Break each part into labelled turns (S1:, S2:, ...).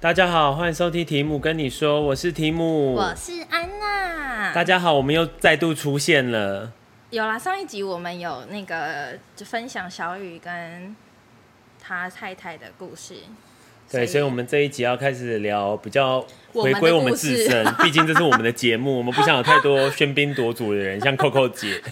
S1: 大家好，欢迎收听题目跟你说，我是题目。
S2: 我是安娜。
S1: 大家好，我们又再度出现了。
S2: 有啦，上一集我们有那个就分享小雨跟他太太的故事。
S1: 对，所以我们这一集要开始聊比较回归
S2: 我
S1: 我
S2: 们
S1: 们
S2: 的故事
S1: 自 身，毕竟这是我们的节目，我们不想有太多喧宾夺主的 人，像扣扣姐。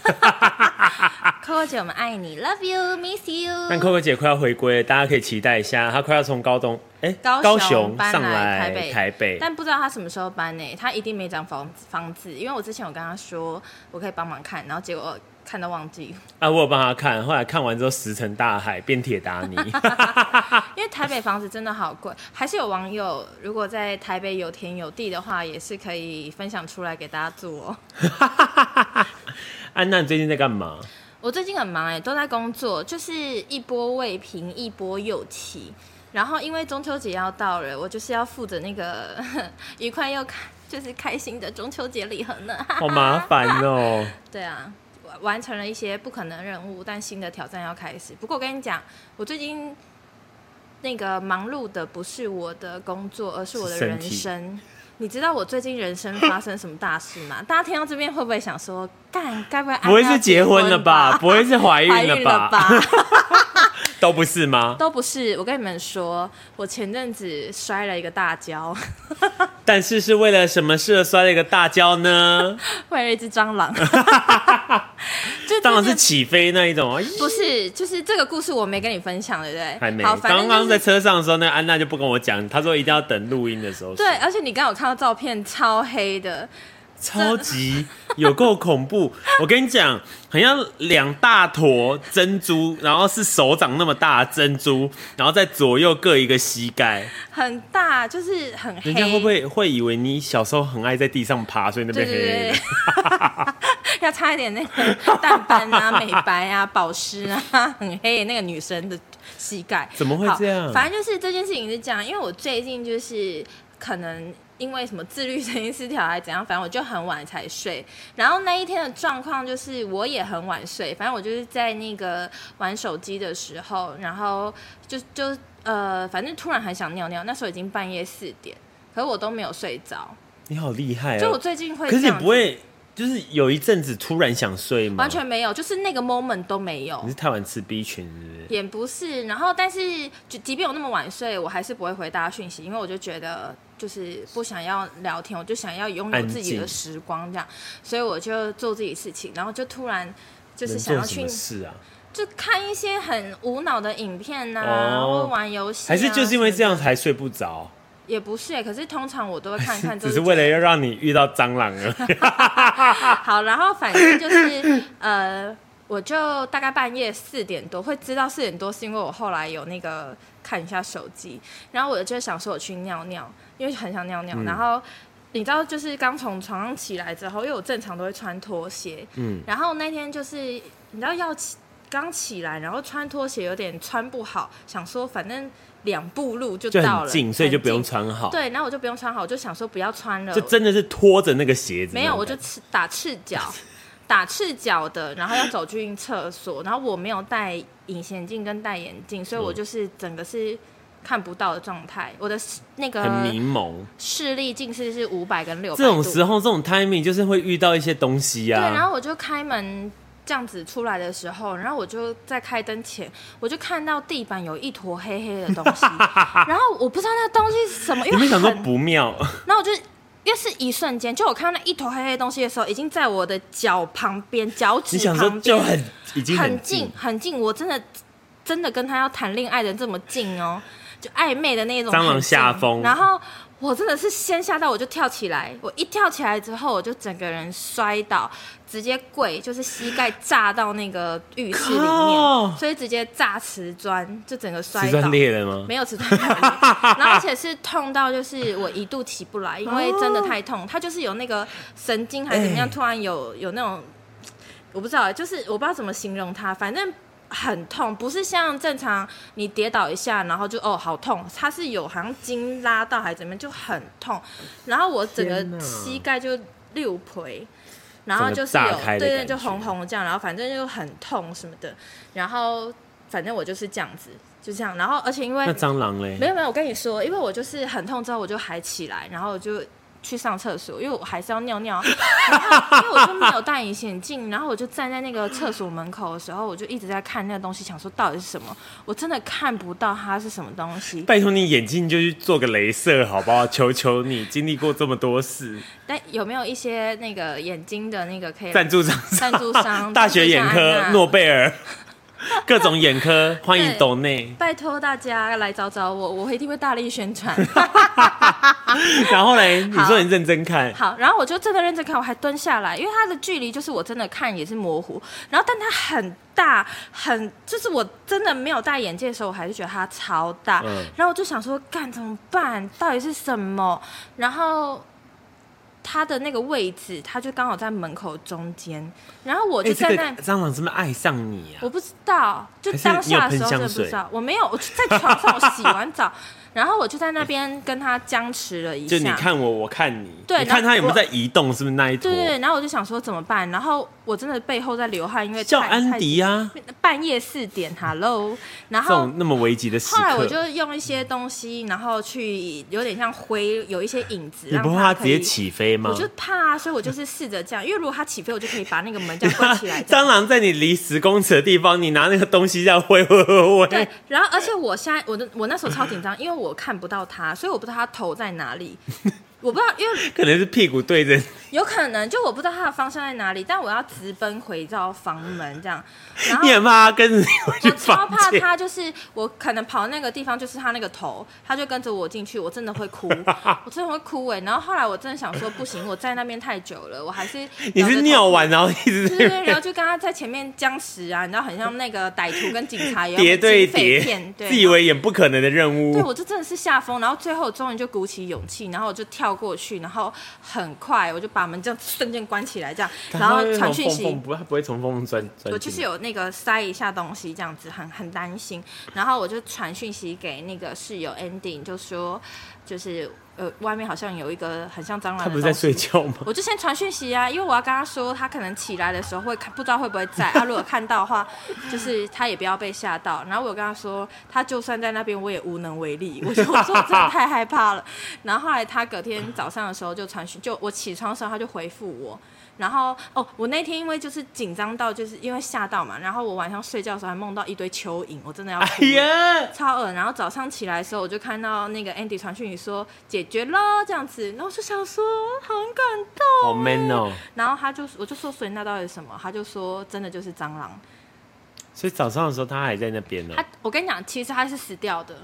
S2: Coco 姐，我们爱你，Love you，Miss
S1: 但
S2: you。
S1: 扣扣姐快要回归了，大家可以期待一下，她快要从高东哎、
S2: 高
S1: 高
S2: 雄
S1: 雄
S2: 搬
S1: 上
S2: 来台
S1: 来
S2: 北
S1: 台北，
S2: 但不知道他什么时候搬呢、他一定没找房房子，因为我之前有跟他说我可以帮忙看，然后结果看到忘记，
S1: 啊，我有帮她看，后来看完之后石沉大海，变铁达 尼。
S2: 因为台北房子真的好贵。还是有网友如果在台北有田有地的话，也是可以分享出来给大家做、哦。
S1: 安娜，你最近在干嘛？
S2: 我最近很忙哎、都在工作，就是一波未平，一波又起。然后因为中秋节要到了，我就是要负责那个 愉快又开，就是开心的中秋节礼盒呢。
S1: 好麻烦哦、
S2: 对啊，完完成了一些不可能任务，但新的挑战要开始。不过我跟你讲，我最近那个忙碌的不是我的工作，而是我的
S1: 是身
S2: 人
S1: 体
S2: 生。你知道我最近人生发生什么大事吗？ 大家听到这边会不会想说，干，该不会安娜
S1: 不会是结婚了吧？
S2: 要
S1: 不会是怀
S2: 结
S1: 孕
S2: 婚吧？怀
S1: 了
S2: 孕
S1: 吧
S2: 了？吧？
S1: 都不是吗？
S2: 都不是，我跟你们说，我前阵子摔了一个大跤，
S1: 但是是为了什么事而摔了一个大跤 呢？
S2: 为了一只蟑螂。 就
S1: 当然是
S2: 这个
S1: 起飞那一种，哎
S2: 不是，就是这个故事我没跟你分享，对不对？
S1: 还没。
S2: 好，反正、
S1: 刚刚
S2: 就是
S1: 在车上的时候，那个安娜就不跟我讲，她说一定要等录音的时候。
S2: 对，，而且你刚有看到照片，超黑的，
S1: 超级有够恐怖。我跟你讲，很像两大坨珍珠，然后是手掌那么大的珍珠，然后在左右各一个膝盖。
S2: 很大，就是很黑。
S1: 人家会不会会以为你小时候很爱在地上爬，所以那
S2: 对
S1: 边黑
S2: 对
S1: 黑
S2: 对
S1: 的？，
S2: 要擦一点那个淡斑啊、美白啊、保湿啊，很黑的那个女生的膝盖。
S1: 怎么会
S2: 好
S1: 这样
S2: 反正就是这件事情是这样，因为我最近就是可能。因为什么自律神经失调还是怎样，反正我就很晚才睡。然后那一天的状况就是我也很晚睡，反正我就是在那个玩手机的时候，然后就就呃，反正突然很想尿尿，那时候已经半夜四点，可是我都没有睡着。
S1: 你好厉害
S2: 就我
S1: 哦！
S2: 最近会
S1: 可是
S2: 这
S1: 你
S2: 样
S1: 不会，就是有一阵子突然想睡吗？
S2: 完全没有，就是那个 moment 都没有
S1: 你，是太晚吃 B 群是不是？
S2: 也不是。然后，但是就即便我那么晚睡，我还是不会回大家讯息，因为我就觉得就是不想要聊天，我就想要拥有
S1: 安
S2: 自己的
S1: 静
S2: 时光这样，所以我就做自己事情，然后就突然。就是
S1: 能
S2: 想
S1: 做
S2: 要
S1: 什
S2: 去
S1: 么事啊？
S2: 就看一些很无脑的影片呐、
S1: 哦
S2: 或玩游戏、
S1: 还
S2: 啊，
S1: 是就是因为这
S2: 什么
S1: 样才睡不着？
S2: 的，也不是、可是通常我都会看看，就
S1: 只是为
S2: 觉
S1: 了
S2: 得
S1: 要让你遇到蟑螂 而已
S2: 好，然后反正就是 呃，我就大概半夜四点多会知道四点多，是因为我后来有那个看一下手机，然后我就想说我去尿尿，因为很想尿
S1: 嗯
S2: 尿，然后。你知道，就是刚从床上起来之后，因为我正常都会穿拖鞋，嗯，然后那天就是你知道要起刚起来，然后穿拖鞋有点穿不好，想说反正两步路就
S1: 就
S2: 到
S1: 很
S2: 了，
S1: 近，所以就不用
S2: 很近。
S1: 穿好，
S2: 对，然后我就不用穿好，我就想说不要穿了，
S1: 就真的是拖着那个鞋子那种感觉。
S2: 没有，我就赤打赤脚， 打赤脚的，然后要走进厕所，然后我没有戴隐形眼镜跟戴眼镜，所以
S1: 嗯
S2: 我就是整个是看不到的状态，我的视那
S1: 很
S2: 个
S1: 迷蒙。
S2: 视力近视是五百跟六百。
S1: 这种时候，这种 timing 就是会遇到一些东西
S2: 对，然
S1: 啊。
S2: 后我就开门这样子出来的时候，然后我就在开灯前，我就看到地板有一坨黑黑的东 西，然后我不知道那东西是什么，因
S1: 你
S2: 为
S1: 们想说
S2: 很
S1: 不妙，
S2: 然后我就因为是一瞬间，就我看到那一坨黑黑的东西的时候，已经在我的脚旁边、脚趾
S1: 你想说
S2: 旁边，
S1: 就很已经
S2: 很
S1: 近
S2: 近，很近，我真的真的跟他要谈恋爱的这么近哦，就暧昧的那种
S1: 蟑螂
S2: 很近
S1: 下风
S2: 然后我真的是先吓到，我就跳起来，我一跳起来之后，我就整个人摔倒，直接跪，就是膝盖炸到那个浴室里
S1: 靠
S2: 面，所以直接炸瓷砖，就整个摔
S1: 瓷
S2: 倒
S1: 砖。裂了吗？
S2: 没有吃太多，然后而且是痛到就是我一度起不来，因
S1: 哦
S2: 为真的太痛，它就是有那个神经还是怎么样，
S1: 哎
S2: 突然有有那种我不知道，就是我不知道怎么形容它，反正。很痛，不是像正常你跌倒一下，然后就哦好痛，它是有好像筋拉到还是怎么样，就很痛。然后我整
S1: 天哪
S2: 个膝盖就六陪，然后
S1: 整个
S2: 就是
S1: 炸
S2: 有
S1: 开
S2: 对
S1: 的
S2: 对，
S1: 感
S2: 就
S1: 觉
S2: 红红这样，然后反正就很痛什么的。然后反正我就是这样子，就这样。然后而且因为
S1: 那蟑螂嘞
S2: 没？有没有，我跟你说，因为我就是很痛之后我就还起来，然后我就去上厕所，因为我还是要 尿尿，然后因为我就没有戴隐形眼镜，然后我就站在那个厕所门口的时候，我就一直在看那个东西，想说到底是什么，我真的看不到它是什么 东西。
S1: 拜托你眼睛就去做个镭射，好不好？求求你，经历过这么多事，
S2: 但有没有一些那个眼睛的那个可以
S1: 赞助商、
S2: 赞助商啊
S1: 大学眼
S2: 赞助商
S1: 科、
S2: 安娜
S1: 诺贝尔，各种眼科，欢迎
S2: 对
S1: 抖 内。
S2: 拜托大家来找找我，我一定会大力宣传。
S1: 然后嘞，你
S2: 好
S1: 说你认真看，
S2: 好，然后我就真的认真看，我还蹲下来，因为它的距离就是我真的看也是模糊，然后但它很大，很就是我真的没有戴眼镜的时候，我还是觉得它超大，
S1: 嗯
S2: 然后我就想说干怎么办？到底是什么？然后。它的那个位置，它就刚好在门口中间，然后我
S1: 我
S2: 就
S1: 哎这
S2: 在
S1: 个
S2: 那，
S1: 蟑螂是不是爱上你啊
S2: 我？不知道，就
S1: 还是
S2: 当下
S1: 你有
S2: 的时
S1: 喷
S2: 候真
S1: 香
S2: 的不
S1: 水
S2: 知道，我没有，我就在床上，我洗完澡，然后我就在那边跟它僵持了一下，
S1: 就你看我，我看你，
S2: 对
S1: 你看
S2: 然后
S1: 它有没有
S2: 我
S1: 在移动，是不是那一坨
S2: 对？对对，然后我就想说怎么办，然后我真的背后在流汗，因为
S1: 叫
S2: 太
S1: 安迪啊，
S2: 太半夜四点，hello，然
S1: 这
S2: 后
S1: 种那么危急的时
S2: 后来我
S1: 刻，
S2: 就用一些东西，然后去有点像挥，有一些影子，
S1: 你
S2: 让
S1: 不怕它
S2: 它
S1: 直
S2: 可以
S1: 接？起飞吗
S2: 我？就怕啊，所以我就是试着这样，因为如果它起飞，我就可以把那个门这样关起来。这 样
S1: 蟑螂在你离十公尺的地方，你拿那个东西这样挥挥挥
S2: 对
S1: 挥，，
S2: 然后而且我现在我的我那时候超紧张，因为我看不到它，所以我不知道它头在哪里，我不知道，因为
S1: 可能是屁股对着你。
S2: 有可能就我不知道它的方向在哪里，但我要直奔回到房门这样。然后
S1: 你很怕它跟着你回去
S2: 我超
S1: 房
S2: 怕
S1: 间。
S2: 他，就是我可能跑那个地方，就是他那个头，他就跟着我进去，我真的会 哭，我真的会哭哎、然后后来我真的想说，不行，我在那边太久了，我还是
S1: 你是尿
S2: 完，
S1: 完然后一直
S2: 对对
S1: 在
S2: 对，然后就跟他在前面僵持啊，你知道，很像那个歹徒跟警察一 样
S1: 叠对
S2: 很鸡飞
S1: 叠
S2: 片，对，
S1: 自以为演不可能的任
S2: 对，
S1: 务。
S2: 我就真的是下风，然后最后终于就鼓起勇气，然后我就跳过去，然后很快我就把门这样瞬间关起来，这样，然后传讯息，
S1: 缝不，它不会从缝缝钻钻。
S2: 我就是有那个塞一下东西这样子，很很担心。然后我就传讯息给那个室友 Ending，就说就是呃，外面好像有一个很像蟑螂的
S1: 他不是
S2: 东西。
S1: 在睡觉 吗？
S2: 我就先传讯息啊，因为我要跟他说，他可能起来的时候会看，不知道会不会在。啊，如果看到的话，就是他也不要被吓到。然后我有跟他说，他就算在那边，我也无能为力。我说，我说我真的太害怕了。然后后来他隔天早上的时候就传讯，就我起床的时候他就回复我。然后哦，我那天因为就是紧张到，就是因为吓到嘛，然后我晚上睡觉的时候还梦到一堆蚯蚓，我真的要哭
S1: 哎
S2: 了。
S1: 呀，
S2: 超恶。然后早上起来的时候，我就看到那个 Andy 传讯息说解决了这样子，然后我就想说很感动。
S1: 好 man 哦！
S2: 然后他就我就说，所以那到底是什么？他就说真的就是蟑螂。
S1: 所以早上的时候他还在那边呢
S2: 他。我跟你讲，其实他是死掉的，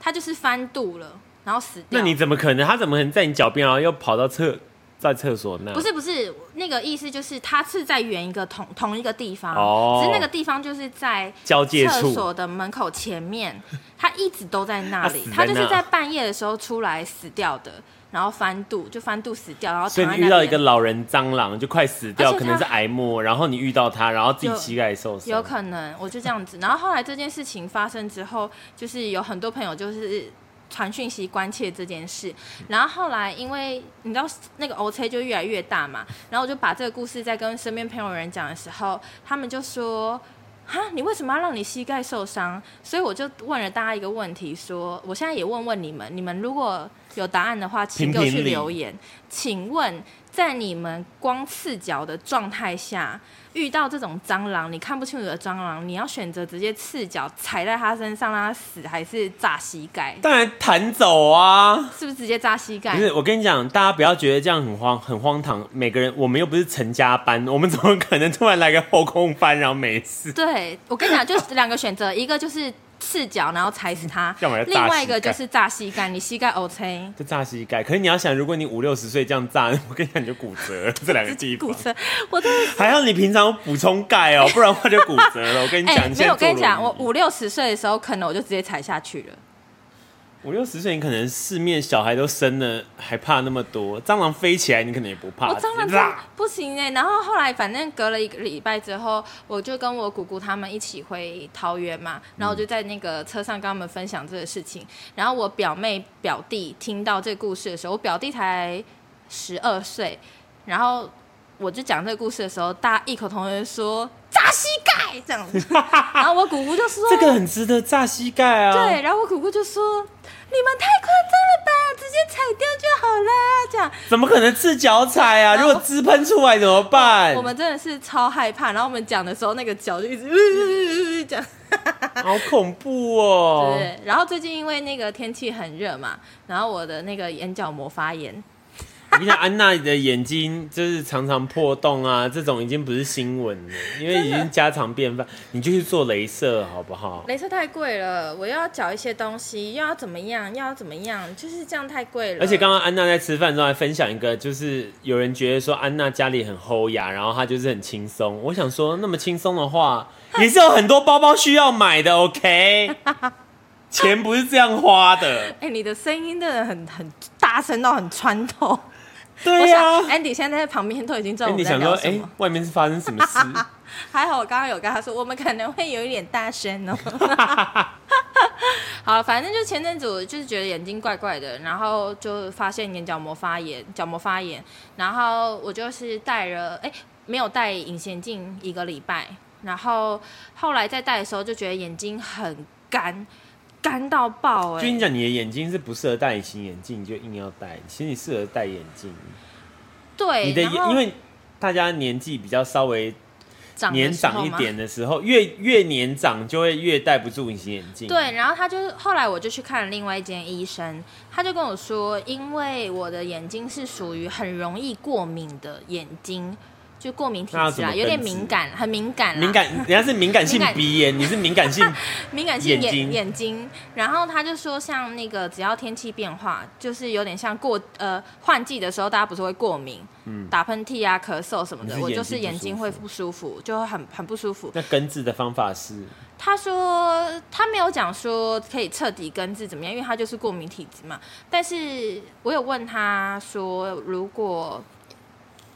S2: 他就是翻肚了，然后死掉。
S1: 那你怎么可能？他怎么可能在你脚边，然后又跑到厕在厕所那？
S2: 不是不是那个意思，就是他是在原一个同同一个地方，
S1: 哦
S2: 只是那个地方就是在
S1: 交界
S2: 厕
S1: 处，
S2: 所的门口前 面，他一直都在那里
S1: 他死在，那
S2: 他就是在半夜的时候出来死掉的，然后翻肚就翻肚死掉，然后
S1: 所
S2: 躺
S1: 以
S2: 在
S1: 你遇到
S2: 那
S1: 一个
S2: 边。
S1: 老人蟑螂就快死掉，
S2: 而且
S1: 可
S2: 他
S1: 能是癌末，然后你遇到他，然后自己膝盖受
S2: 有
S1: 伤，
S2: 可能，我就这样子。然后后来这件事情发生之后，就是有很多朋友就是传讯息关切这件事。然后后来因为你知道那个 O C 就越来越大嘛，然后我就把这个故事在跟身边朋友人讲的时候，他们就说。哈，你为什么要让你膝盖受伤？所以我就问了大家一个问题说我现在也问问你们，你们如果有答案的话，请给我
S1: 评
S2: 去
S1: 评理
S2: 留言。请问，在你们光赤脚的状态下，遇到这种蟑螂，你看不清楚的蟑螂，你要选择直接赤脚踩在它身上让它死，还是炸膝 盖？
S1: 当然弹走啊！
S2: 是不是直接炸膝盖
S1: 不？是，我跟你讲，大家不要觉得这样很荒很荒唐。每个人，我们又不是成家班，我们怎么可能突然来个后空翻，然后没事？
S2: 对，我跟你讲，就是两个选择，一个就是赤脚然后踩死它
S1: 要么就，炸膝
S2: 另
S1: 盖
S2: 外一个就是炸膝盖，你膝盖哦 OK。
S1: 就炸膝盖。可是你要想，如果你五六十岁这样炸， 我跟你讲，你就骨折 了这两个地
S2: 骨
S1: 方。
S2: 折，我真的
S1: 还 要你平常补充钙哦，不然的话就骨折了。我跟你
S2: 哎、
S1: 讲，你
S2: 没
S1: 现
S2: 有，
S1: 在
S2: 我跟
S1: 坐
S2: 你
S1: 轮椅
S2: 讲，我五六十岁的时候，可能我就直接踩下去了。
S1: 五六十岁，你可能市面小孩都生了，还怕那么多？蟑螂飞起来，你可能也不怕。
S2: 我哦蟑螂真的
S1: 啊
S2: 不行哎、然后后来反正隔了一个礼拜之后，我就跟我姑姑他们一起回桃园嘛，然后我就在那个车上跟他们分享这个事情。然后我表妹表弟听到这个故事的时候，我表弟才十二岁，然后我就讲这个故事的时候，大家异口同声说扎膝盖。盖这样子。然后我姑姑就说，
S1: 这个很值得炸膝盖啊！
S2: 对，，然后我姑姑就说，你们太夸张了吧，直接踩掉就好啦，这样。
S1: 怎么可能赤脚踩啊？
S2: 然
S1: 如
S2: 后
S1: 果汁喷出来怎么办？
S2: 我们真的是超害怕，然后我们讲的时候，那个脚就一直、呃 呃呃呃这样。
S1: 好恐怖哦！
S2: 对，然后最近因为那个天气很热嘛，然后我的那个眼角膜发炎，
S1: 我跟你讲，安娜的眼睛就是常常破洞啊，这种已经不是新闻了，因为已经家常便饭。你就去做镭射好不好？
S2: 镭射太贵了，我又要缴一些东西，又要怎么样，又要怎么样，就是这样太贵了。
S1: 而且刚刚安娜在吃饭的时候还分享一个，就是有人觉得说安娜家里很齁牙，然后她就是很轻松。我想说，那么轻松的话，也是有很多包包需要买的，OK？钱不是这样花的，
S2: 哎、你的声音真的很很大声到很穿透。我
S1: 对呀、
S2: 想 Andy 现在在旁边都已经知道
S1: 哎
S2: 我
S1: 你
S2: 们在
S1: 想说，
S2: 聊什
S1: 哎、
S2: 么。
S1: 外面是发生什 么事？
S2: 还好我刚刚有跟他说，我们可能会有一点大 声哦。好，反正就前阵子我就是觉得眼睛怪怪的，然后就发现眼角膜发炎，角膜发炎，然后我就是戴了，哎，没有戴隐形眼镜一个礼拜，然后后来再戴的时候就觉得眼睛很干，干到爆、
S1: 就跟你
S2: 哎，
S1: 讲，你的眼睛是不适合戴隐形眼镜，你就硬要戴。其实你适合戴眼镜，
S2: 对，
S1: 你的
S2: 然
S1: 眼，
S2: 后
S1: 因为哎大家年纪比较稍微
S2: 长的
S1: 年
S2: 时候
S1: 长一
S2: 嘛
S1: 点的时候，越越年长就会越戴不住隐形眼镜。
S2: 对，然后他就后来我就去看另外一间医生，他就跟我说，因为我的眼睛是属于很容易过敏的眼睛，就过敏体
S1: 那要
S2: 质
S1: 怎
S2: 啊，
S1: 么
S2: 有点
S1: 分支
S2: 敏感，很敏感啦，啊
S1: 敏感，人家是敏感性
S2: 敏感
S1: 鼻炎，你是敏感 性
S2: 敏感性
S1: 眼
S2: 眼
S1: 睛
S2: 眼睛。然后他就说，像那个只要天气变化，就是有点像过呃换季的时候，大家不是会过敏，打喷嚏啊、咳嗽什么的，
S1: 嗯你是
S2: 我
S1: 眼
S2: 就是
S1: 睛不
S2: 眼
S1: 舒
S2: 睛
S1: 服
S2: 会不舒服，就会很很不舒服。
S1: 那根治的方法是，
S2: 他说他没有讲说可以彻底根治怎么样，因为他就是过敏体质嘛。但是我有问他说，如果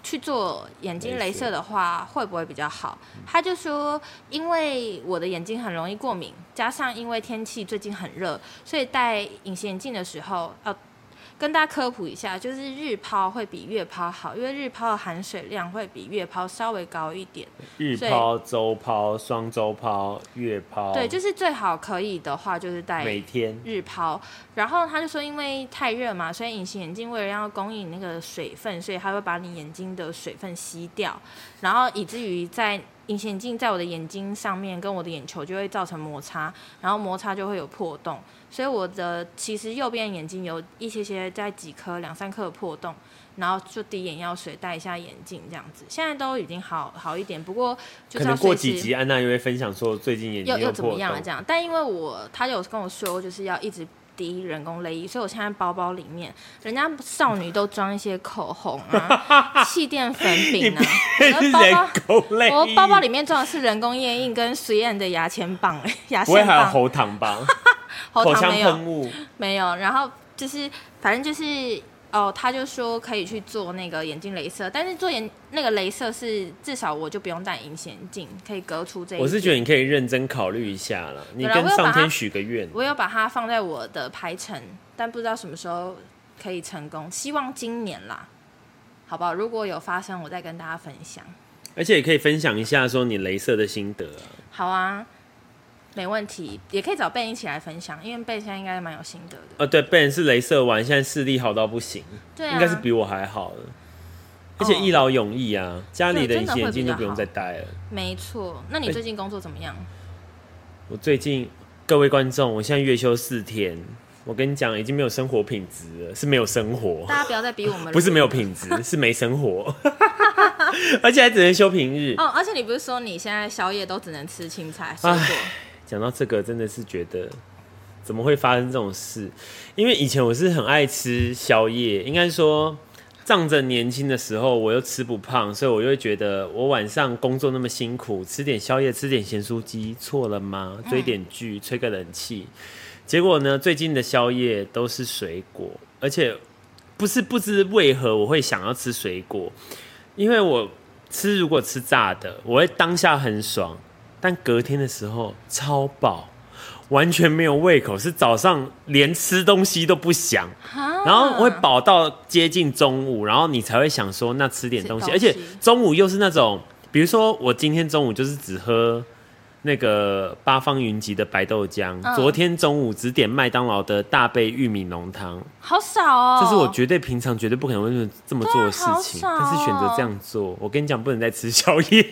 S2: 去做眼睛镭射的话，会不会比较好？他就说，因为我的眼睛很容易过敏，加上因为天气最近很热，所以戴隐形眼镜的时候要。跟大家科普一下，就是日抛会比月抛好，因为日抛的含水量会比月抛稍微高一点。
S1: 日
S2: 所以
S1: 抛、周抛、双周抛、月抛，
S2: 对，就是哎最好可以的话，就是戴
S1: 哦每天。
S2: 日抛，然后他就说，因为太热嘛，所以隐形眼镜为了要供应那个水分，所以它会把你眼睛的水分吸掉，然后以至于在隐形眼镜在我的眼睛上面跟我的眼球就会造成摩擦，然后摩擦就会有破洞，所以我的其实右边眼睛有一些些在几颗两三颗的破洞，然后就滴眼药水戴一下眼镜这样子，现在都已经好好一点，不过就
S1: 可
S2: 是要
S1: 能过
S2: 随
S1: 几
S2: 时。
S1: 集，安娜又会分享说最近眼睛
S2: 又又怎
S1: 破
S2: 么样了啊
S1: 洞
S2: 这。样。但因为我他有跟我说，就是要一直滴人工泪液，所以我现在包包里面，人家少女都装一些口红 啊、气垫粉饼啊，我的
S1: 人
S2: 包 包。
S1: 狗类，
S2: 我包包里面装的是人工眼影跟水眼的牙签棒， 哎牙
S1: 不会
S2: 线
S1: 还有
S2: 棒，
S1: 喉糖吧？
S2: 喉
S1: 口
S2: 糖
S1: 腔
S2: 没有，
S1: 喷雾，
S2: 没有，然后就是反正就是哦，他就说可以去做那个眼睛镭射，但是做眼那个镭射是至少我就不用戴隐形眼镜，可以隔出这一
S1: 我是觉得
S2: 点
S1: 你可以认真考虑一下了。你
S2: 对啦
S1: 跟
S2: 我有把
S1: 上
S2: 它
S1: 天许个愿，啊
S2: 我有把它放在我的排程，但不知道什么时候可以成功，希望今年啦，好不好？如果有发生，我再跟大家分享。
S1: 而且也可以分享一下说你镭射的心得啊。
S2: 好啊，没问题，也可以找贝一起来分享，因为贝现在应该蛮有心得的。
S1: 呃，对，被人是镭射完，现在视力好到不行，
S2: 对啊，
S1: 应该是比我还好了。而且一劳永逸啊，家里的
S2: 对
S1: 隐
S2: 真的
S1: 形眼镜
S2: 会比较
S1: 就不用再戴了。
S2: 没错。那你最近工作怎么样？
S1: 我最近各位观众，我现在月休四天，我跟你讲，已经没有生活品质了，是没有生 活，
S2: 大家不要再逼我们了，
S1: 哎不是没有品质，是没生活， 而且还只能休平日。
S2: 哦。而且你不是说你现在宵夜都只能吃青菜水果？
S1: 讲到这个，真的是觉得怎么会发生这种事？因为以前我是很爱吃宵夜，应该说仗着年轻的时候我又吃不胖，所以我就会觉得我晚上工作那么辛苦，吃点宵夜，吃点咸酥鸡，错了吗？追点剧，吹个冷气。结果呢，最近的宵夜都是水果，而且不是不知为何我会想要吃水果，因为我吃如果吃炸的，我会当下很爽，但隔天的时候超饱，完全没有胃口，是早上连吃东西都不想，
S2: 啊
S1: 然后会饱到接近中午，然后你才会想说那吃点东西，
S2: 吃东西
S1: 而且中午又是那种。比如说我今天中午就是只喝那个八方云集的白豆浆，
S2: 嗯
S1: 昨天中午只点麦当劳的大杯玉米浓汤，
S2: 好少哦。
S1: 这是我绝对平常绝对不可能会这么做的事情，
S2: 对啊好
S1: 但
S2: 少哦
S1: 是选择这样做，我跟你讲不能再吃宵夜。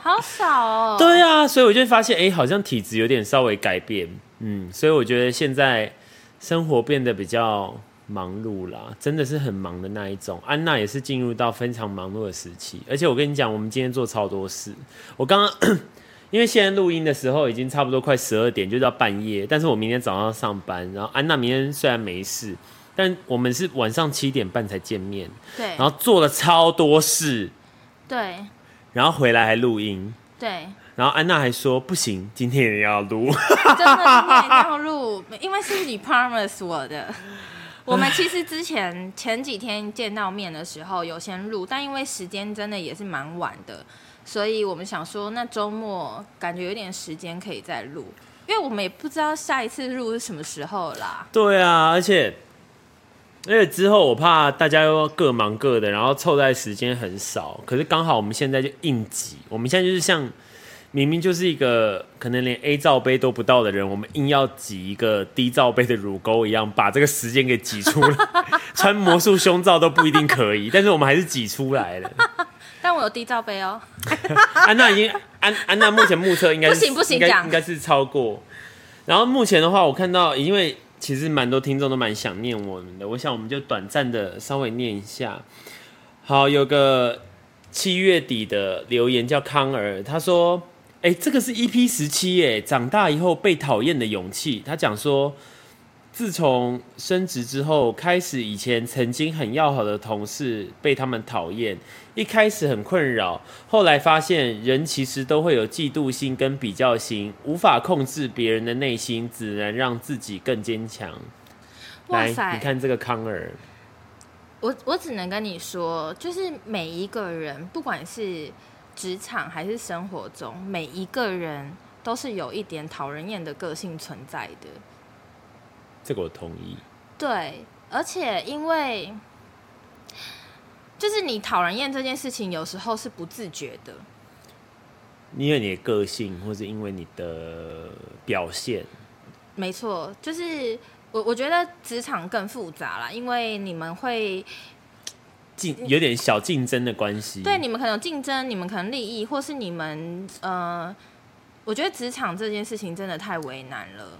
S2: 好少哦。
S1: 对啊，所以我就发现，哎、好像体质有点稍微改变，嗯，所以我觉得现在生活变得比较忙碌啦，真的是很忙的那一种。安娜也是进入到非常忙碌的时期，而且我跟你讲，我们今天做超多事，我刚刚。 因为现在录音的时候已经差不多快十二点，就到半夜。但是我明天早上要上班，然后安娜明天虽然没事，但我们是晚上七点半才见面，
S2: 对
S1: 然后做了超多事，
S2: 对
S1: 然后回来还录音。
S2: 对，
S1: 然后安娜还说不行，今天也要录。
S2: 真的今天要录，因为是你 promise 我的。我们其实之前前几天见到面的时候有先录，但因为时间真的也是蛮晚的，所以我们想说那周末感觉有点时间可以再录，因为我们也不知道下一次录是什么时候啦。
S1: 对啊，而且而且之后我怕大家又各忙各的，然后凑在时间很少。可是刚好我们现在就应急，我们现在就是像明明就是一个可能连 A 罩杯都不到的人，我们硬要挤一个 D 罩杯的乳沟一样，把这个时间给挤出来。穿魔术胸罩都不一定可以，但是我们还是挤出来了。
S2: 但我有低罩杯哦，
S1: 安娜已经安安娜目前目测应该是
S2: 不行不行
S1: 应该
S2: 讲
S1: 应该是超过。然后目前的话，我看到因为其实蛮多听众都蛮想念我们的，我想我们就短暂的稍微念一下。好，有个七月底的留言叫康儿，他说：“哎、这个是 EP 十七耶，长大以后被讨厌的勇气。”他讲说。自从升职之后，开始以前曾经很要好的同事被他们讨厌，一开始很困扰，后来发现人其实都会有嫉妒心跟比较心，无法控制别人的内心，只能让自己更坚强。
S2: 哇
S1: 来，
S2: 塞！
S1: 你看这个康儿，
S2: 我我只能跟你说，就是每一个人，不管是职场还是生活中，每一个人都是有一点讨人厌的个性存在的。
S1: 这个我同意。
S2: 对，而且因为就是你讨人厌这件事情，有时候是不自觉的。
S1: 因为你的个性，或是因为你的表现，
S2: 没错，就是我我觉得职场更复杂啦，因为你们会
S1: 竞有点小竞争的关系。
S2: 对，你们可能有竞争，你们可能利益，或是你们呃，我觉得职场这件事情真的太为难了。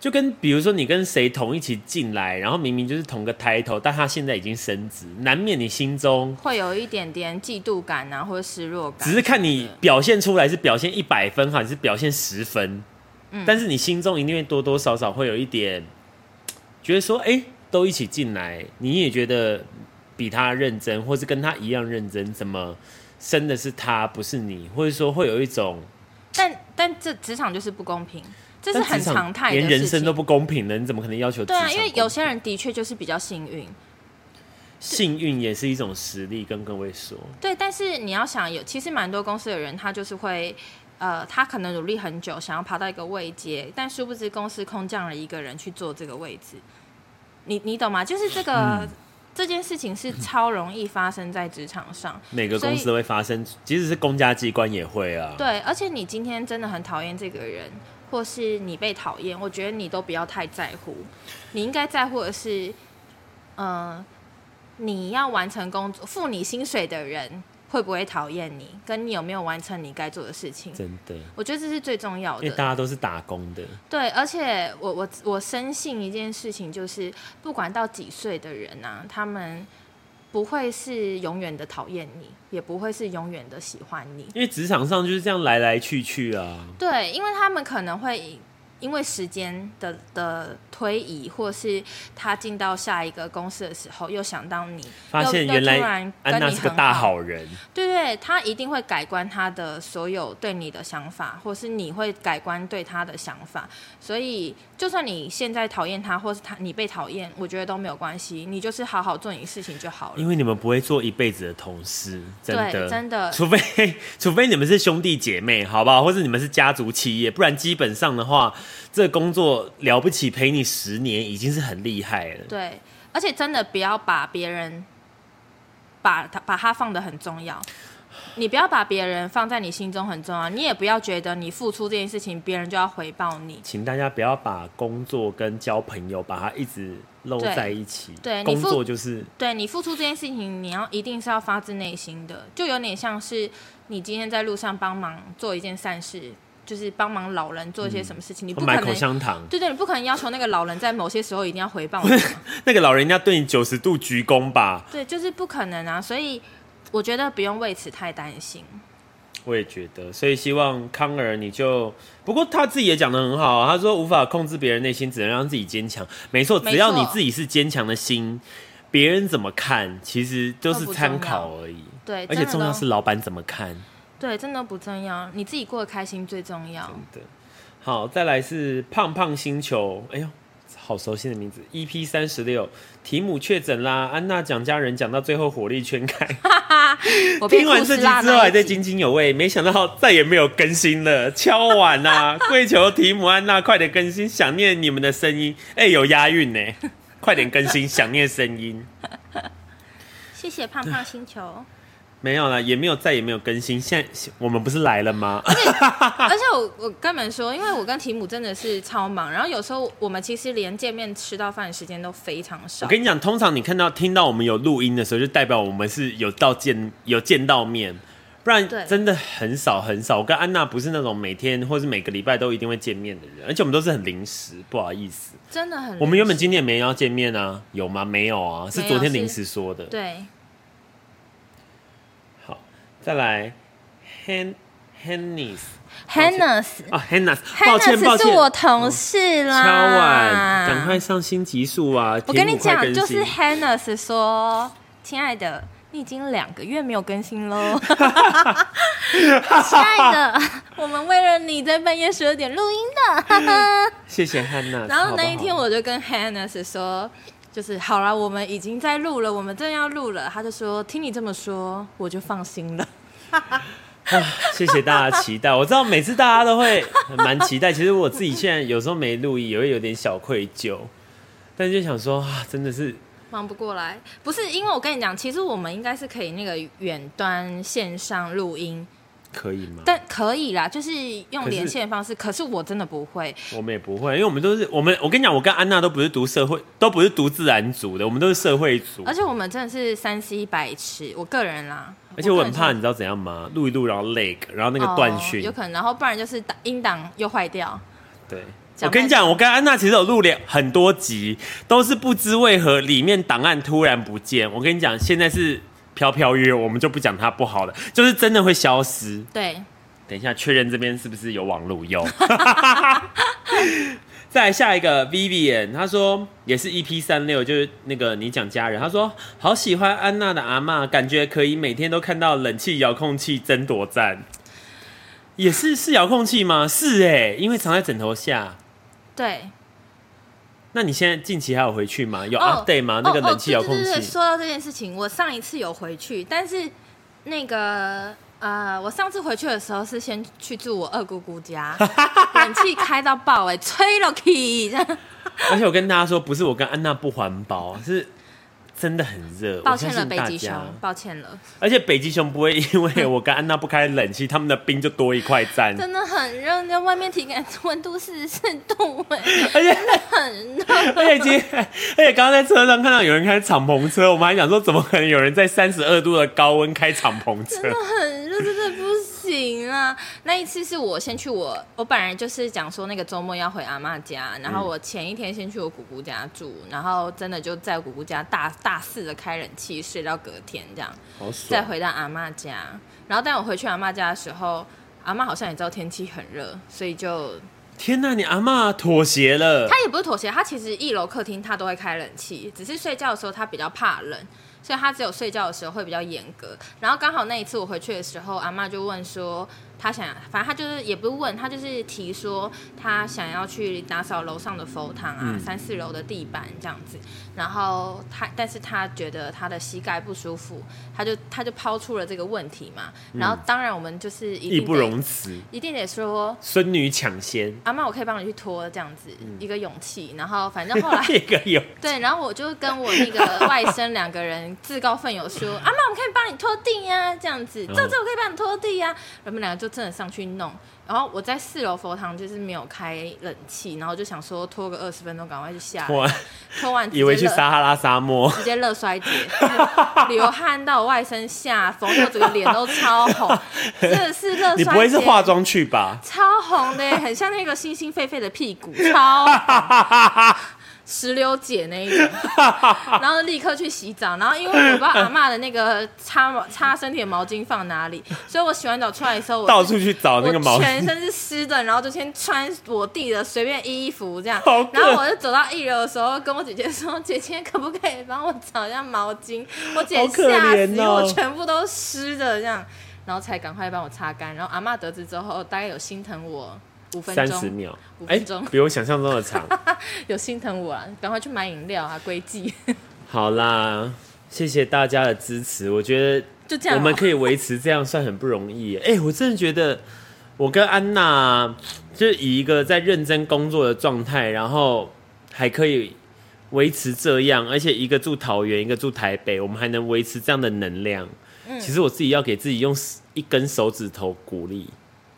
S1: 就跟比如说你跟谁同一起进来，然后明明就是同个 title，但他现在已经升职，难免你心中
S2: 会有一点点嫉妒感啊，或者失落感。
S1: 只是看你表现出来是表现一百分还是表现十分，
S2: 嗯
S1: 但是你心中一定会多多少少会有一点觉得说，哎、都一起进来，你也觉得比他认真，或是跟他一样认真，怎么生的是他不是你，或者说会有一种
S2: 但但这职场就是不公平，这是
S1: 但
S2: 很
S1: 职场
S2: 常态的
S1: 连人
S2: 事
S1: 生都
S2: 情。
S1: 不公平了，你怎么可能要求职
S2: 对
S1: 场
S2: 啊，
S1: 公平？
S2: 因为有些人的确就是比较幸运，
S1: 幸运也是一种实力，跟各位说，
S2: 对。但是你要想有，其实蛮多公司的人，他就是会，呃，他可能努力很久，想要爬到一个位阶，但殊不知公司空降了一个人去做这个位置。你你懂吗？就是这个、
S1: 嗯
S2: 这件事情是超容易发生在职场上。
S1: 每个
S2: 所以
S1: 公司都会发生，即使是公家机关也会啊。
S2: 对，而且你今天真的很讨厌这个人，或是你被讨厌，我觉得你都不要太在乎。你应该在乎的是，呃，你要完成工作、付你薪水的人会不会讨厌你，跟你有没有完成你该做的事情。
S1: 真的，
S2: 我觉得这是最重要
S1: 因为
S2: 的。
S1: 大家都是打工的。
S2: 对，而且我我我深信一件事情，就是不管到几岁的人啊，他们不会是永远的讨厌你，也不会是永远的喜欢你。
S1: 因为职场上就是这样来来去去啊，
S2: 对，因为他们可能会因为时间的的推移，或是他进到下一个公司的时候，又想到你，
S1: 发现
S2: 又
S1: 原
S2: 又突然
S1: 来
S2: 跟
S1: 安娜
S2: 你
S1: 是个
S2: 很
S1: 大
S2: 好
S1: 好人，
S2: 对对，他一定会改观他的所有对你的想法，或是你会改观对他的想法。所以，就算你现在讨厌他，或是他你被讨厌，我觉得都没有关系，你就是好好做你的事情就好了
S1: 因。为你们不会做一辈子的同事，真的
S2: 对真的
S1: 除非除非你们是兄弟姐妹，好不好？或者你们是家族企业，不然基本上的话，这个工作了不起，陪你十年已经是很厉害了。
S2: 对，而且真的不要把别人把他把他放得很重要。你不要把别人放在你心中很重要，你也不要觉得你付出这件事情，别人就要回报你。
S1: 请大家不要把工作跟交朋友把它一直漏
S2: 对
S1: 在一起。
S2: 对你
S1: 工
S2: 付
S1: 作就是
S2: 对你付出这件事情，你要一定是要发自内心的，就有点像是你今天在路上帮忙做一件善事，就是帮忙老人做一些什么事情，你不可
S1: 买口
S2: 能。
S1: 香糖，
S2: 对对，你不可能要求那个老人在某些时候一定要回报你嘛，
S1: 那个老人家对你九十度鞠躬吧，
S2: 对，就是不可能啊。所以我觉得不用为此太担心。
S1: 我也觉得，所以希望康儿你就，不过他自己也讲的很好啊，他说无法控制别人内心，只能让自己坚强。没错，
S2: 没错
S1: 只要你自己是坚强的心，别人怎么看其实都是参考而已。
S2: 对，
S1: 而
S2: 真
S1: 且
S2: 的
S1: 重要
S2: 都
S1: 是老板怎么看，
S2: 对，真的不重要，你自己过得开心最重要。
S1: 真的。好，再来是胖胖星球，哎呦，好熟悉的名字，EP 三十六，提姆确诊啦，安娜讲家人讲到最后火力全开，
S2: 我变
S1: 听完
S2: 库斯
S1: 这集
S2: 拉
S1: 之
S2: 那
S1: 后
S2: 一
S1: 还在
S2: 集
S1: 津津有味，没想到再也没有更新了。敲碗 呐、跪求提姆安娜快点更新，想念你们的声音。哎、有押韵 呢、快点更新，想念声音。
S2: 谢谢胖胖 星球。
S1: 没有啦，也没有再也没有更新。现在我们不是来了 吗？
S2: 而且我我跟你们说，因为我跟提姆真的是超忙，然后有时候我们其实连见面吃到饭的时间都非常
S1: 我
S2: 少。
S1: 跟你讲，通常你看到听到我们有录音的时候，就代表我们是有到见有见到面，不然
S2: 对
S1: 真的很少很少。我跟安娜不是那种每天或是每个礼拜都一定会见面的人，而且我们都是很临时，不好意思。
S2: 真的很，
S1: 我们原本今天也没要见面啊，有吗？没有啊，是昨天临时说的。
S2: 对
S1: 好，再来，Han Hannis
S2: Hannes。
S1: 啊，Hannas，抱歉抱歉，
S2: Hannes
S1: 哦
S2: 是我同事
S1: 敲碗，
S2: 啦，
S1: 赶快上新集数啊！
S2: 我跟
S1: 题
S2: 你
S1: 目快
S2: 讲，
S1: 更
S2: 就
S1: 新
S2: 是 Hannes 说，亲爱的，你已经两个月没有更新喽。 亲爱的，我们为了你在半夜十二点录音的。哈哈。
S1: 谢谢 Hannas。
S2: 然后那一天
S1: 好不好
S2: 我就跟 Hannes 说，就是好了，我们已经在录了，我们正要录了。他就说，听你这么说，我就放心了。
S1: 谢谢大家期待，我知道每次大家都会蛮期待，其实我自己现在有时候没录音也会有点小愧疚，但就想说啊，真的是
S2: 忙不过来，不是因为我跟你讲，其实我们应该是可以那个远端线上录音，
S1: 可以吗？
S2: 但可以啦，就是用
S1: 可是
S2: 连线方式。可是我真的不会，
S1: 我们也不会，因为我们都是我们，我跟你讲，我跟安娜都不是读社会，都不是读自然组的，我们都是社会组。
S2: 而且我们真的是三 C 白痴，我个人啦。
S1: 而且我很
S2: 个
S1: 怕，
S2: 人
S1: 你知道怎样吗？录一录，然后 lag，然后那
S2: 是
S1: 个断
S2: 哦
S1: 讯。
S2: 有可能，然后不然就是打音档又坏掉。
S1: 对，
S2: 讲
S1: 我跟你讲，我跟安娜其实有录了很多集，都是不知为何里面档案突然不见。我跟你讲，现在是飘飘约，我们就不讲它不好了，就是真的会消失。
S2: 对，
S1: 等一下确认这边是不是有网路有。再来下一个 Vivian，他说也是 EP 三六，就是那个你讲家人，他说好喜欢安娜的阿嬷，感觉可以每天都看到冷气遥控器争夺战。也是是遥控器吗？是哎、因为藏在枕头下。
S2: 对，
S1: 那你现在近期还有回去吗？有
S2: 哦
S1: update 吗？那个
S2: 哦哦
S1: 冷气遥控
S2: 对对对对
S1: 器，
S2: 说到这件事情，我上一次有回去，但是那个呃，我上次回去的时候是先去住我二姑 姑家，冷气开到爆哎、吹了 k
S1: 而且我跟大家说，不是我跟安娜不环保，是真的很热。
S2: 抱歉
S1: 我
S2: 了，
S1: 相信
S2: 北
S1: 大
S2: 极熊
S1: 家，
S2: 抱歉了，
S1: 而且北极熊不会因为我跟安娜不开冷气，他们的冰就多一块站。
S2: 真的很热，那外面体感温度四十四度哎、
S1: 而且
S2: 很热。
S1: 而且今天，而且刚刚在车上看到有人开敞篷车，我们还想说，怎么可能有人在三十二度的高温开敞篷车？
S2: 很热，真的不行啊！ 那一次是我先去我，我本来就是讲说那个周末要回阿妈家，然后我前一天先去我姑姑家住，然后真的就在我姑姑家大大肆的开冷气，睡到隔天这样，
S1: 好
S2: 再
S1: 爽！
S2: 回到阿妈家。然后但我回去阿妈家的时候，阿妈好像也知道天气很热，所以就
S1: 天哪，你阿嬷妥协了，
S2: 她也不是妥协，她其实一楼客厅她都会开冷气，只是睡觉的时候她比较怕冷，所以她只有睡觉的时候会比较严格。然后刚好那一次我回去的时候，阿妈就问说：“他想，反正他就是也不是问，他就是提说他想要去打扫楼上的佛堂
S1: 嗯
S2: 啊，三四楼的地板这样子。然后他，但是他觉得他的膝盖不舒服，他就他就抛出了这个问题嘛。然后当然我们就是
S1: 嗯义
S2: 一定
S1: 不
S2: 得
S1: 容辞，
S2: 一定得说。
S1: 孙女抢先，
S2: 阿妈，我可以帮你去拖这样子、
S1: 嗯
S2: 一个勇气，然后反正后 来
S1: 这个有
S2: 对，然后我就跟我那个外甥两个人自告奋 勇说：“阿妈，我们可以帮你拖地呀、这样
S1: 嗯
S2: 子，这这我可以帮你拖地呀、我们两个就真的上去弄。然后我在四楼佛堂就是没有开冷气，然后就想说拖个二十分钟，赶快去下来。
S1: 我
S2: 拖完直接
S1: 以为去
S2: 热
S1: 撒哈拉沙漠，
S2: 直接热衰竭，流汗到我外甥下风，我整个脸都超 红，真的是热衰
S1: 你
S2: 竭。
S1: 不会是化妆去吧？
S2: 超红的耶，欸很像那个星星狒狒的屁股，超红石榴姐那一种。然后立刻去洗澡，然后因为我不知道阿嬷的那个擦毛擦身体的毛巾放哪里，所以我洗完澡出来的时候，我
S1: 到处去找那个毛
S2: 我
S1: 巾
S2: 全，身是湿的，然后就先穿我弟的随便衣服这样
S1: 好可，
S2: 然后我就走到一楼的时候，跟我姐姐说：“姐姐，可不可以帮我找一下毛巾？”我姐
S1: 好可
S2: 吓死，
S1: 怜哦
S2: 因为我全部都湿的这样，然后才赶快帮我擦干。然后阿嬷得知之后，大概有心疼我五分
S1: 三十
S2: 钟，
S1: 秒
S2: 五，
S1: 哎、
S2: 分钟
S1: 比我想象中的长。
S2: 有心疼我啊，赶快去买饮料啊，归记，
S1: 好啦，谢谢大家的支持，我觉得
S2: 就这样、啊
S1: 我们可以维持这样算很不容易耶。哎、我真的觉得我跟安娜就是以一个在认真工作的状态，然后还可以维持这样，而且一个住桃园，一个住台北，我们还能维持这样的能量。
S2: 嗯
S1: 其实我自己要给自己用一根手指头鼓励，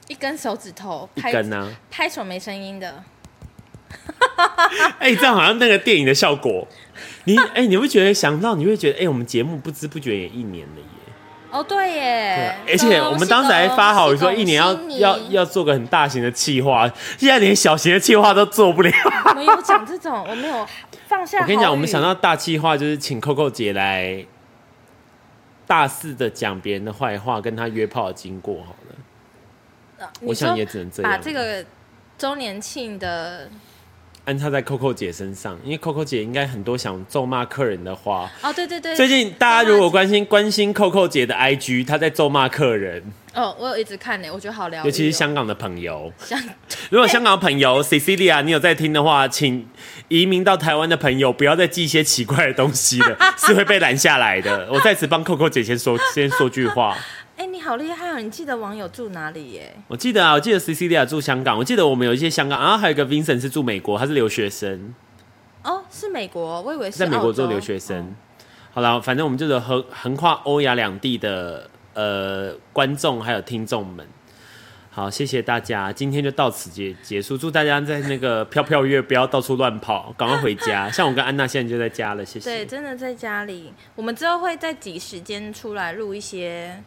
S2: 一根手指头
S1: 一
S2: 拍
S1: 根 啊！
S2: 拍手没声音的，
S1: 哎、这样好像那个电影的效果。你哎、你会觉得想到，你会觉得哎、我们节目不知不觉也一年了耶。
S2: 哦对啊耶，
S1: 啊而且我们当时还发好说一年要
S2: 恭喜
S1: 要
S2: 你
S1: 要做个很大型的企划，现在连小型的企划都做不了。
S2: 没有讲这种，我没有放下。
S1: 我跟你讲，我们想到大企划就是请 Coco 姐来大肆的讲别人的坏话，跟他约炮的经过好了。我想也只能这样
S2: 把这个周年庆的
S1: 安插在 Coco 姐身上，因为 Coco 姐应该很多想咒骂客人的话。
S2: 哦，对对对，
S1: 最近大家如果关心关心 Coco 姐的 IG，她在咒骂客人，
S2: 哦，我有一直看呢，我觉得好疗愈哦，
S1: 尤其是香港的朋友。
S2: 香
S1: 如果香港朋友 Cecilia，你有在听的话，请移民到台湾的朋友不要再寄一些奇怪的东西了，是会被拦下来的。我在此帮 Coco 姐先说先说句话。
S2: 哎，你好厉害哦，你记得网友住哪里耶？
S1: 我记得啊，我记得 Cecilia 住香港，我记得我们有一些香港，然后还有一个 Vincent 是住美国，他是留学生，
S2: 哦，是美国，我以为是
S1: 在美国
S2: 澳洲
S1: 做留学生。好了，反正我们就是横横跨欧亚两地的呃观众还有听众们。好，谢谢大家，今天就到此结结束。祝大家在那个飘飘月不要到处乱跑，赶快回 家。像我跟安娜现在就在家了，谢
S2: 对，
S1: 谢。
S2: 真的在家里，我们之后会再挤时间出来录一些。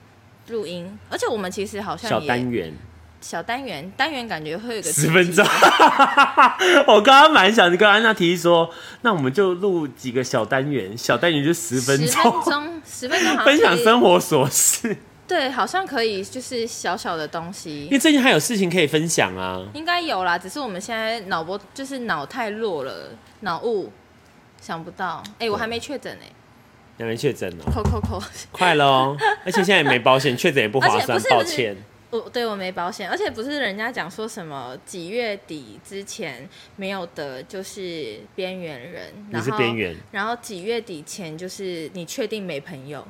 S2: 录音，而且我们其实好像
S1: 小
S2: 也
S1: 单元
S2: 小单元，单元感觉会有一个
S1: 十分 钟，我刚刚蛮想跟安娜提议说，那我们就录几个小单元，小单元就十分
S2: 十
S1: 钟，
S2: 分钟，十分钟好 像
S1: 分享
S2: 可以
S1: 生活琐事。
S2: 对，好像可以，就是小小的东西
S1: 因，为最近还有事情可以分享啊。
S2: 应该有啦，只是我们现在脑波就是脑太弱了，脑雾想不到。哎、我还没确诊哎，
S1: 两人确诊哦，
S2: 扣扣扣！
S1: 快了哦！而且现在也没保险，确诊也不划
S2: 而
S1: 算
S2: 且不，是
S1: 抱歉。
S2: 我对我没保险，而且不是人家讲说什么几月底之前没有得就是边缘人，
S1: 你
S2: 然
S1: 是
S2: 后
S1: 边，缘，
S2: 然后几月底前就是你确定没朋友，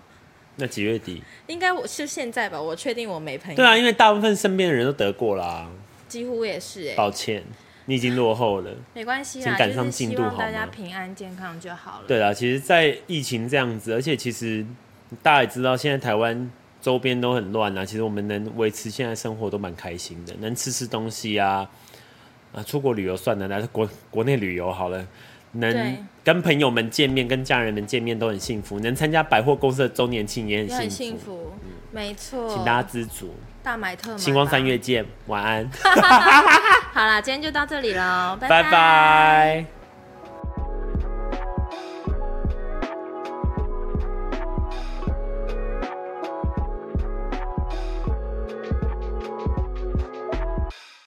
S1: 那几月底？
S2: 应该我是现在吧，我确定我没朋友，
S1: 对啊，因为大部分身边的人都得过啦、
S2: 几乎也是哎、
S1: 抱歉，你已经落后了。
S2: 没关系
S1: 请
S2: 啦，
S1: 赶
S2: 就
S1: 上
S2: 是
S1: 进
S2: 希
S1: 度
S2: 望
S1: 好
S2: 大家
S1: 吗
S2: 平安健康就好了。
S1: 对啦，其实，在疫情这样子，而且其实大家也知道，现在台湾周边都很乱啊。其实我们能维持现在生活都蛮开心的，能吃吃东西啊，啊，出国旅游算了，来国国内旅游好了。
S2: 对
S1: 能跟朋友们见面，跟家人们见面都很幸福。能参加百货公司的周年庆也很幸
S2: 也
S1: 福。
S2: 很幸福，没错。
S1: 请大家知足。
S2: 大买特买吧。
S1: 星光三月见，晚安，
S2: 好啦，今天就到这里喽，拜
S1: 拜拜